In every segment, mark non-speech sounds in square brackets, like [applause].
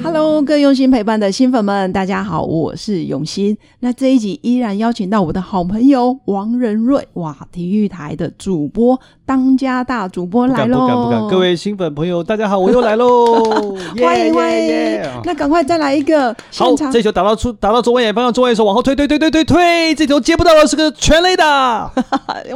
Hello，各位用心陪伴的新粉们，大家好，我是永新。那这一集依然邀请到我的好朋友王仁瑞，哇，体育台的主播，当家大主播不来敢喽！！不敢不敢，各位新粉朋友，大家好，我又来喽 [laughs] 欢迎欢迎 Yeah, yeah, yeah！那赶快再来一个啊好现，场这球打到出，打到中外野，方向中外野手往后推推推推推推，这球接不到了，是个全垒打。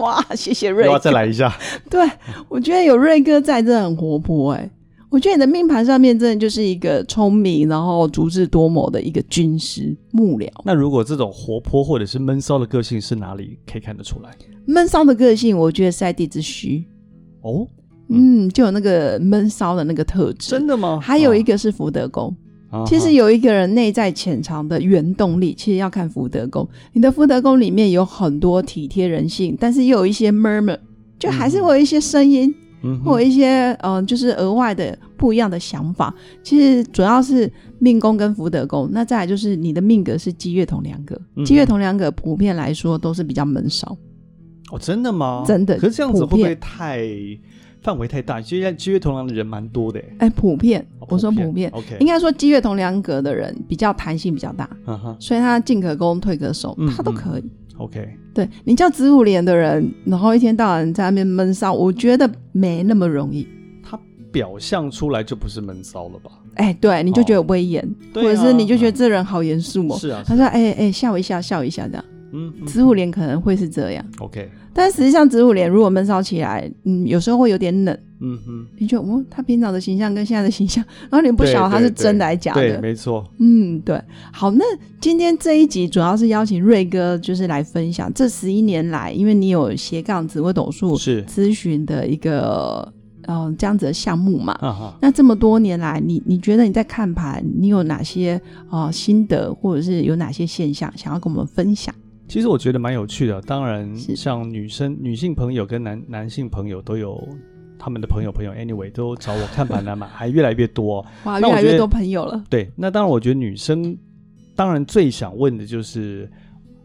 哇！谢谢瑞哥，来一下，对，我觉得有瑞哥在，真的很活泼哎、我觉得你的命盘上面真的就是一个聪明，然后足智多谋的一个军师幕僚。那如果这种活泼或者是闷骚的个性是哪里可以看得出来？闷骚的个性，我觉得是在地之虚，哦，嗯，就有那个闷骚的那个特质。真的吗？还有一个是福德宫，啊，其实有有一个人内在潜藏的原动力，其实要看福德宫。你的福德宫里面有很多体贴人性，但是又有一些 murmur，就还嗯是会有一些声音，或有一些嗯、呃就是额外的不一样的想法。其实主要是命宫跟福德宫，那再来就是你的命格是积月同梁格，嗯积月同梁格普遍来说都是比较闷骚。哦，真的吗？真的可是这样子会普不遍会太范围太大？其实现在积月同行的人蛮多的欸，哎，普遍，哦我说普遍， ，OK，应该说积月同梁格的人比较弹性比较大，嗯哼所以他进可攻退可守嗯，他都嗯可以。 ，OK，对你叫子午连的人，然后一天到晚在那边闷骚，我觉得没那么容易。他表象出来就不是闷骚了吧？哎，对，你就觉得有威严，哦对或者是啊你就觉得这人好严肃哦。是啊，他说：“哎哎，笑一下，笑一下，这样。嗯嗯子午连可能会是这样， ，OK，但实际上子午连如果闷骚起来，嗯，有时候会有点冷。嗯嗯，你觉得，哦，他平常的形象跟现在的形象，然后你不对晓得他对是真对的还是假对，的。没错，嗯，对，好，那今天这一集主要是邀请瑞哥，就是来分享这十一年来，因为你有斜杠紫微斗数是咨询的一个嗯、呃这样子的项目嘛。啊哈。那这么多年来，你你觉得你在看盘，你有哪些呃心得，或者是有哪些现象想要跟我们分享？其实我觉得蛮有趣的，当然是像女生、女性朋友跟男男性朋友都有。他们的朋友朋友，anyway 都找我看盘来买，还越来越多哦、哇，越那我来觉越得多朋友了，对，那当然，我觉得女生当然最想问的就是，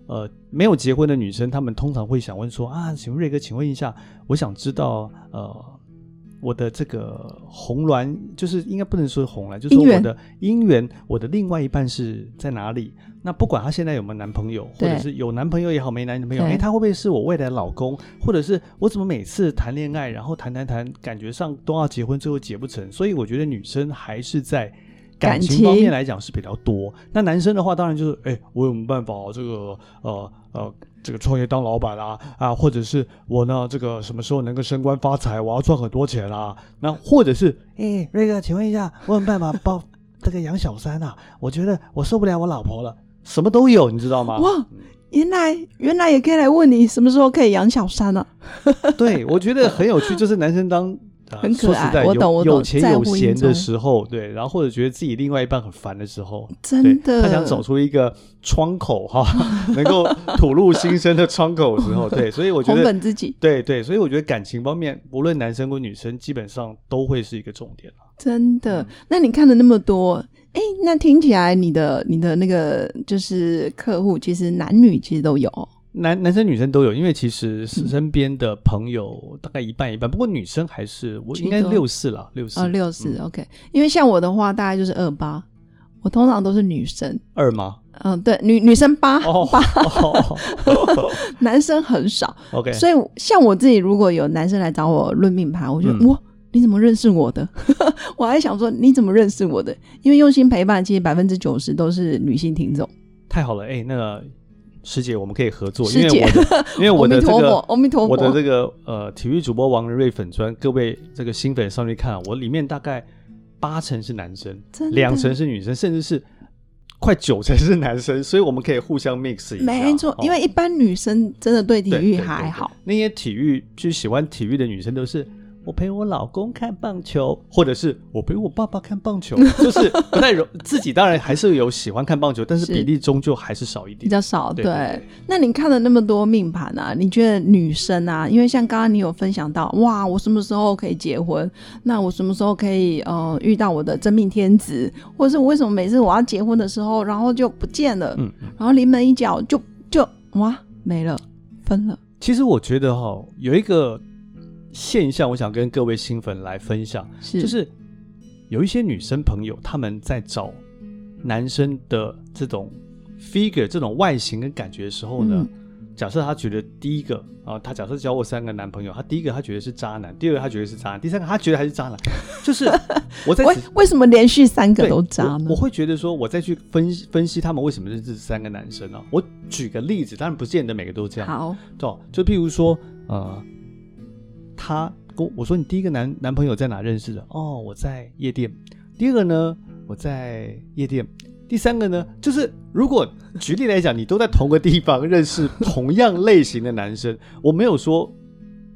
呃，没有结婚的女生，她们通常会想问说啊，请问瑞哥，请问一下，我想知道，呃，我的这个红鸾，就是应该不能说红鸾，就是说姻缘我的姻缘，我的另外一半是在哪里？那不管她现在有没有男朋友，或者对是有男朋友也好，没男朋友，对哎，他会不会是我未来的老公？或者是我怎么每次谈恋爱，然后谈谈谈，感觉上都要结婚，最后结不成？所以我觉得女生还是在。感感情情方面来讲是比较多。那男生的话，当然就是，哎、我有没有办法这个呃呃这个创业当老板啊啊，或者是我呢这个什么时候能够升官发财，我要赚很多钱啊。那或者是， [laughs] 哎、瑞哥，请问一下，我有没有办法帮这个养小三啊？我觉得我受不了我老婆了，什么都有，你知道吗？哇！原来原来也可以来问你什么时候可以养小三啊呢、 [laughs] 对，我觉得很有趣，就是男生 [laughs] 当。呃很可说实爱在我有懂我懂有钱在有婚姻闲中的时候，对，然后或者觉得自己另外一半很烦的时候，对真的，他想走出一个窗口 [laughs] 哈，能够吐露心声的窗口的时候，对，所以我觉红得，粉知己。对对，所以我觉得感情方面，无论男生或女生，基本上都会是一个重点啊真的？那你看了那么多，哎，那听起来你的你的那个就是客户，其实男女其实都有哦。男男生女生都有，因为其实身边的朋友大概一半一半，不过女生还是我居应该多六四啦，六四嗯啊，六四、OK。因为像我的话，大概就是二八，我通常都是女生。[laughs] 二吗？嗯，对，女女生八、哦八，哦 [laughs] 男生很少。 [laughs] ，OK，所以像我自己，如果有男生来找我论命盘，我就、嗯哇，你怎么认识我的？ [laughs] 我还想说你怎么认识我的？因为用心陪伴，其实百分之九十都是女性听众。太好了，哎，那个师姐我们可以合作，师因为姐我 [laughs] 的因为我的阿弥这陀个佛，阿弥陀佛，我的这个呃体育主播王仁瑞粉砖，各位这个新粉上去看、啊，我里面大概八成是男生，真的两成是女生，甚至是快九成是男生，所以我们可以互相 mix 一下。没错，哦因为一般女生真的对体对育对对还好，对那些体育就喜欢体育的女生都是。我陪我老公看棒球，或者是我陪我爸爸看棒球， [laughs] 就是不太容自己当然还是有喜欢看棒球，但是是比例终究还是少一比点。较少。对对，对对那你看了那么多命盘啊，你觉得女生啊，因为像刚刚你有分享到，哇，我什么时候可以结婚？那我什么时候可以呃遇到我的真命天子？或者是我为什么每次我要结婚的时候，然后就不见了，嗯，然后临门一脚就就哇没了，分了。其实我觉得哈，有一个现象，我想跟各位新粉来分享，是，就是有一些女生朋友，她们在找男生的这种 figure 这种外形跟感觉的时候呢，假设她觉得第一个啊，她假设交过三个男朋友，她第一个她觉得是渣男，第二个她觉得是渣男，第三个她觉得还是渣男， [laughs] 就是我在为仔为什么连续三个对都渣呢我？我？会觉得说，我再去分析分析他们为什么是这三个男生呢、啊我举个例子，当然不见得每个都这样。好，哦，就譬如说，呃，他跟我我说你第一个男男朋友在哪认识的？哦，我在夜店。第二个呢，我在夜店。第三个呢，就是如果举例来讲，你都在同个地方认识同样类型的男生，我没有说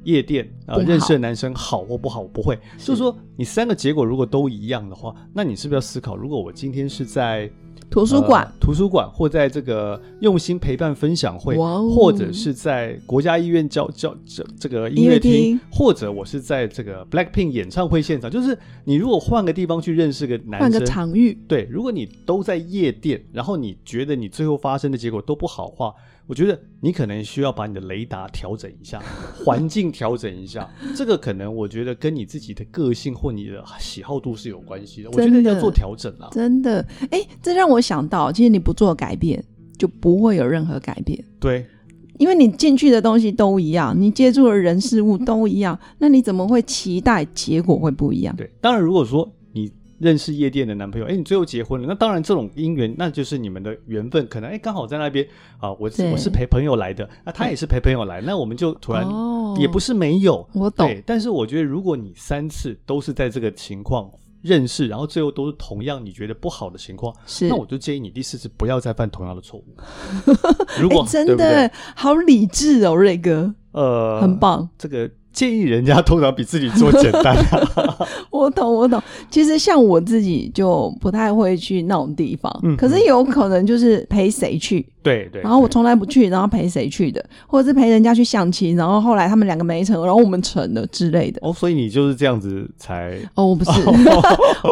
夜店啊、呃、不好认识的男生好或不好，我不会，就是说你三个结果如果都一样的话，那你是不是要思考，如果我今天是在图书馆、呃图书馆或在这个用心陪伴分享会，哇哦或者是在国家医院教教这这个音音乐乐厅，厅或者我是在这个 Blackpink 演唱会现场，就是你如果换个地方去认识个呃男换生，个场域，对，如果你都在夜店，然后你觉得你最后发生的结果都不好的话，我觉得你可能需要把你的雷达调整 [laughs] 一下，环境调整一下。这个可能我觉得跟你自己的个性或你的喜好度是有关系的，我觉得真的要做调整啦。真的，哎，这让我想到，其实你不做改变，就不会有任何改变，对，因为你进去的东西都一样，你接触的人事物都一样，那你怎么会期待结果会不一样？对，当然如果说你认识夜店的男朋友，哎，你最后结婚了，那当然这种姻缘，那就是你们的缘分，可能哎刚好在那边啊，我是对我是陪朋友来的，那他也是陪朋友来，那我们就突然、哦也不是没有，我懂对，但是我觉得如果你三次都是在这个情况。认识，然后最后都是同样你觉得不好的情况，是哎那我就建议你第四次不要再犯同样的错误。 [laughs] 如哎果，真对的不对好理智哦，瑞哥，呃，很。棒。这个建议人家通常比自己做简单、 [laughs] 啊。我懂，我懂。其实像我自己就不太会去那种地方，嗯可是有可能就是陪谁去，对对。然后我对从来不去，然后陪谁去的，或者是陪人家去相亲，然后后来他们两个没成，然后我们成了之类的。哦，所以你就是这样子才哦，我不是，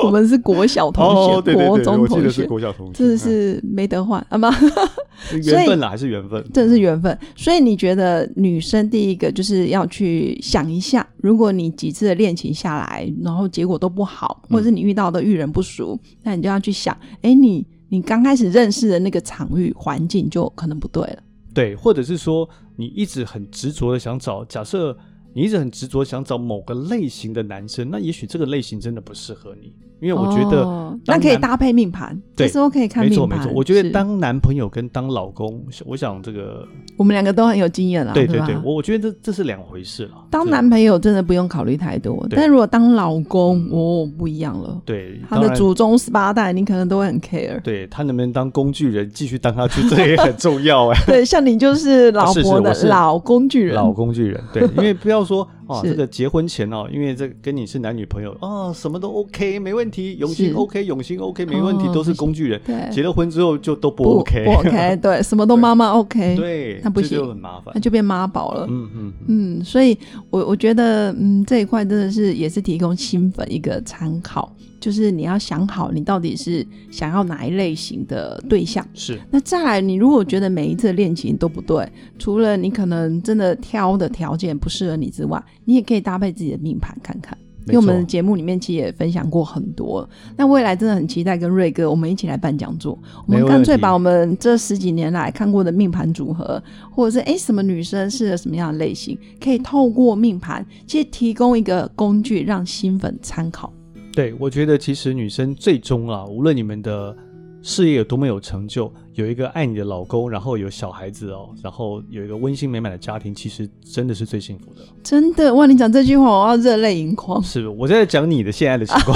我们是国小同学，哦，对对国对，中我记同得是学，国小同学，真的是没得换啊妈，嗯所以缘分啦，还是缘分， [laughs] 真的是缘分。所以你觉得女生第一个就是要去想一下，如果你几次的恋情下来，然后结果都不好，嗯或者是你遇到的遇人不淑，那你就要去想，哎，你你刚开始认识的那个场域环境就可能不对了。对，或者是说你一直很执着的想找，假设你一直很执着想找某个类型的男生，那也许这个类型真的不适合你，因为我觉得。哦、当那可以男搭配命盘，对这时候可以看没命错盘。没错，我觉得是当男朋友跟当老公，我想这个，我们两个都很有经验啦，对啊对对吧对，我我觉得这这是两回事了。当这男朋友真的不用考虑太多，对但如果当老公，哦，不一样了。对他当的然祖宗十八代，你可能都会很 care。对他能不能当工具人继续当下去，这也很重要 [laughs] 哎。对，像你就是老啊是是婆的我是老工具人，老工具人，对，因为不要说 [laughs] 啊，是这个结婚前哦，因为这跟你是男女朋友啊，什么都 OK，没问题，永兴是 OK，永兴 OK，没问题，哦都是工具人。对，结了婚之后就都不 OK，不 OK，对，什么都妈妈 OK， [laughs] [laughs] 对，那不这就行很麻烦那。就变妈宝了。嗯嗯嗯，嗯，所以我我觉得，嗯，这一块真的是也是提供新粉一个参考，就是你要想好你到底是想要哪一类型的对象。是那再来，你如果觉得每一次的恋情都不对，除了你可能真的挑的条件不适合你之外，你也可以搭配自己的命盘看看。因没为我错，们的节目里面其实也分享过很多，那未来真的很期待跟瑞哥我们一起来办讲座。我没们问干脆题把我们这十几年来看过的命盘组合，或者是诶什么女生适合什么样的类型，可以透过命盘，其实提供一个工具让新粉参考。对我觉得其实女生最终啊，无论你们的。事业有多么有成就，有一个爱你的老公，然后有小孩子哦，然后有一个温馨美满的家庭，其实真的是最幸福的。真的哇！你讲这句话，我要热泪盈眶。 [laughs] 是，我在讲你的现在的情况。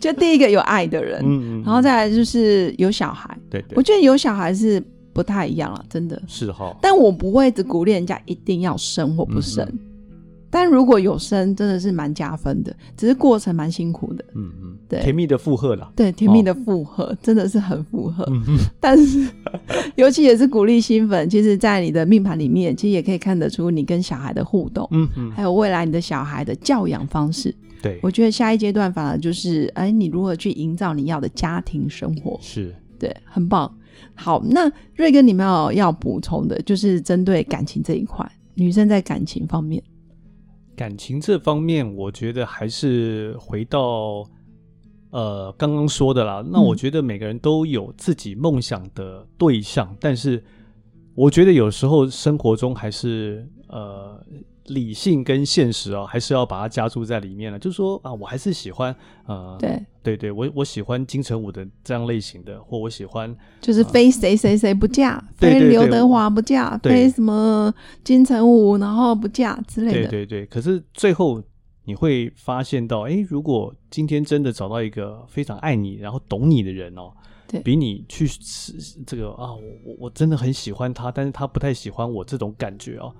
就第一个有爱的人，嗯嗯，嗯然后再来就是有小孩，对对我，觉得有小孩是不太一样了，真的。是哈。嗯但我不会只鼓励人家一定要生或不生，但如果有生，真的是蛮加分的，只是过程蛮辛苦的。嗯嗯，对甜蜜的负荷啦。对，甜蜜的负荷、真的是很负荷，哦嗯嗯但是 [laughs] 尤其也是鼓励新粉，其实，在你的命盘里面，其实也可以看得出你跟小孩的互动，嗯嗯，还有未来你的小孩的教养方式。对，我觉得下一阶段反而就是，哎，你如何去营造你要的家庭生活？是。对，很棒。好，那瑞哥，你们有要补充的，就是针对感情这一块，女生在感情方面，感情这方面，我觉得还是回到呃刚刚说的啦。那嗯我觉得每个人都有自己梦想的对象，但是我觉得有时候生活中还是呃理性跟现实啊，还是要把它加注在里面了。就是说啊，我还是喜欢呃，对，对对，我我喜欢金城武的这样类型的，或我喜欢就是非谁谁谁不嫁，啊对对非对刘德华不嫁，对非什么金城武然后不嫁之类对的。对对，可是最后你会发现到，哎，如果今天真的找到一个非常爱你，然后懂你的人哦，对比你去是这个啊，我我我真的很喜欢他，但是他不太喜欢我这种感觉哦。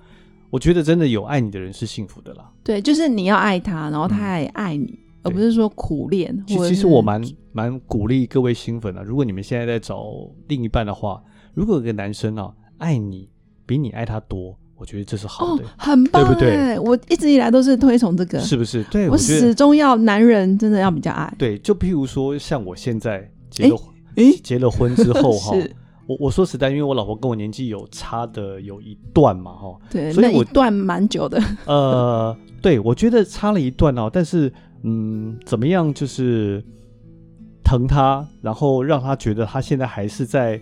我觉得真的有爱你的人是幸福的啦。对就是你要爱他，然后他也爱你，而不是说苦恋。嗯其或者其是哦实我蛮蛮鼓励各位新粉啊，如果你们现在在找另一半的话，如果有个男生啊爱你比你爱他多，我觉得这是好哦的，，很棒对不对哎！我一直以来都是推崇这个，是不是？对，我我觉得始终要男人真的要比较爱。对，就譬如说，像我现在结了婚诶 [laughs] 结了婚之 [laughs] 后哈，是我我说实在，因为我老婆跟我年纪有差的有一段嘛哈，对，所以那一我段蛮久的，呃， [laughs] 对我觉得差了一段哦，但是嗯，怎么样就是疼她，然后让她觉得她现在还是在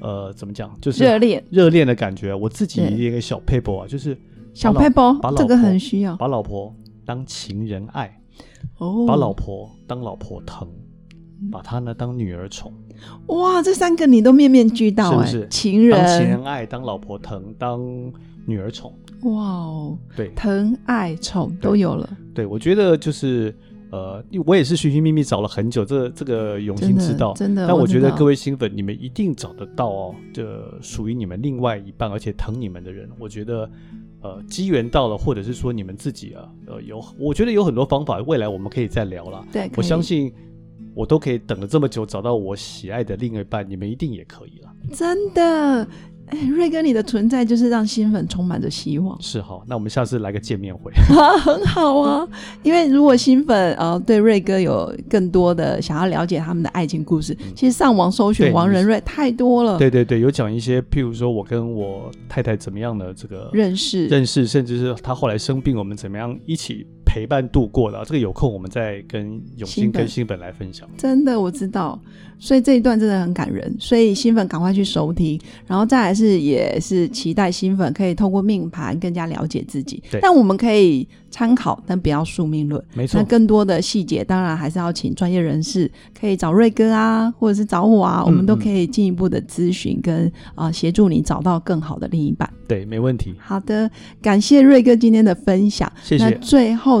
呃怎么讲，就是热嗯恋热恋的感觉。我自己对也有一个小 paper 啊，就是小把老佩包把老这个婆很需要把老婆当情人爱，哦。嗯把老婆当老婆疼，把她呢当女儿宠。哇，这三个你都面面俱到是不哎，是情当情人人爱，当老婆疼，当女儿宠。哇哦，对疼爱宠都有了，对，我觉得就是呃，因为我也是寻寻觅觅找了很久，这这个永真兴的之道。真的。但我觉得知道各位新粉，你们一定找得到哦，这属于你们另外一半，而且疼你们的人。我觉得，呃，机缘到了，或者是说你们自己啊，呃，有，我觉得有很多方法，未来我们可以再聊啦。对，可我以相信，我都可以等了这么久找到我喜爱的另一半，你们一定也可以了。，真的。哎，瑞哥，你的存在就是让新粉充满着希望 [laughs] 是好，那我们下次来个见面 [laughs] 会。很好啊。因为如果新粉呃对瑞哥有更多的想要了解他们的爱情故事，其实上网搜寻嗯对王你仁瑞太多了，对对对，有讲一些，譬如说我跟我太太怎么样的这个认识认识，甚至是她后来生病，我们怎么样一起陪伴度过的啊、这个有空我们再跟新永兴本跟新本来分享。真的，我知道，所以这一段真的很感人，所以新粉赶快去收听，然后再来是也是期待新粉可以透过命盘更加了解自己对，但我们可以参考，但不要宿命论。没错那，更多的细节，当然还是要请专业人士，可以找瑞哥啊，或者是找我嗯啊，我们都可以进一步的咨询跟啊、呃协助你找到更好的另一半。对，没问题。好的，感谢瑞哥今天的分享。谢那谢，最后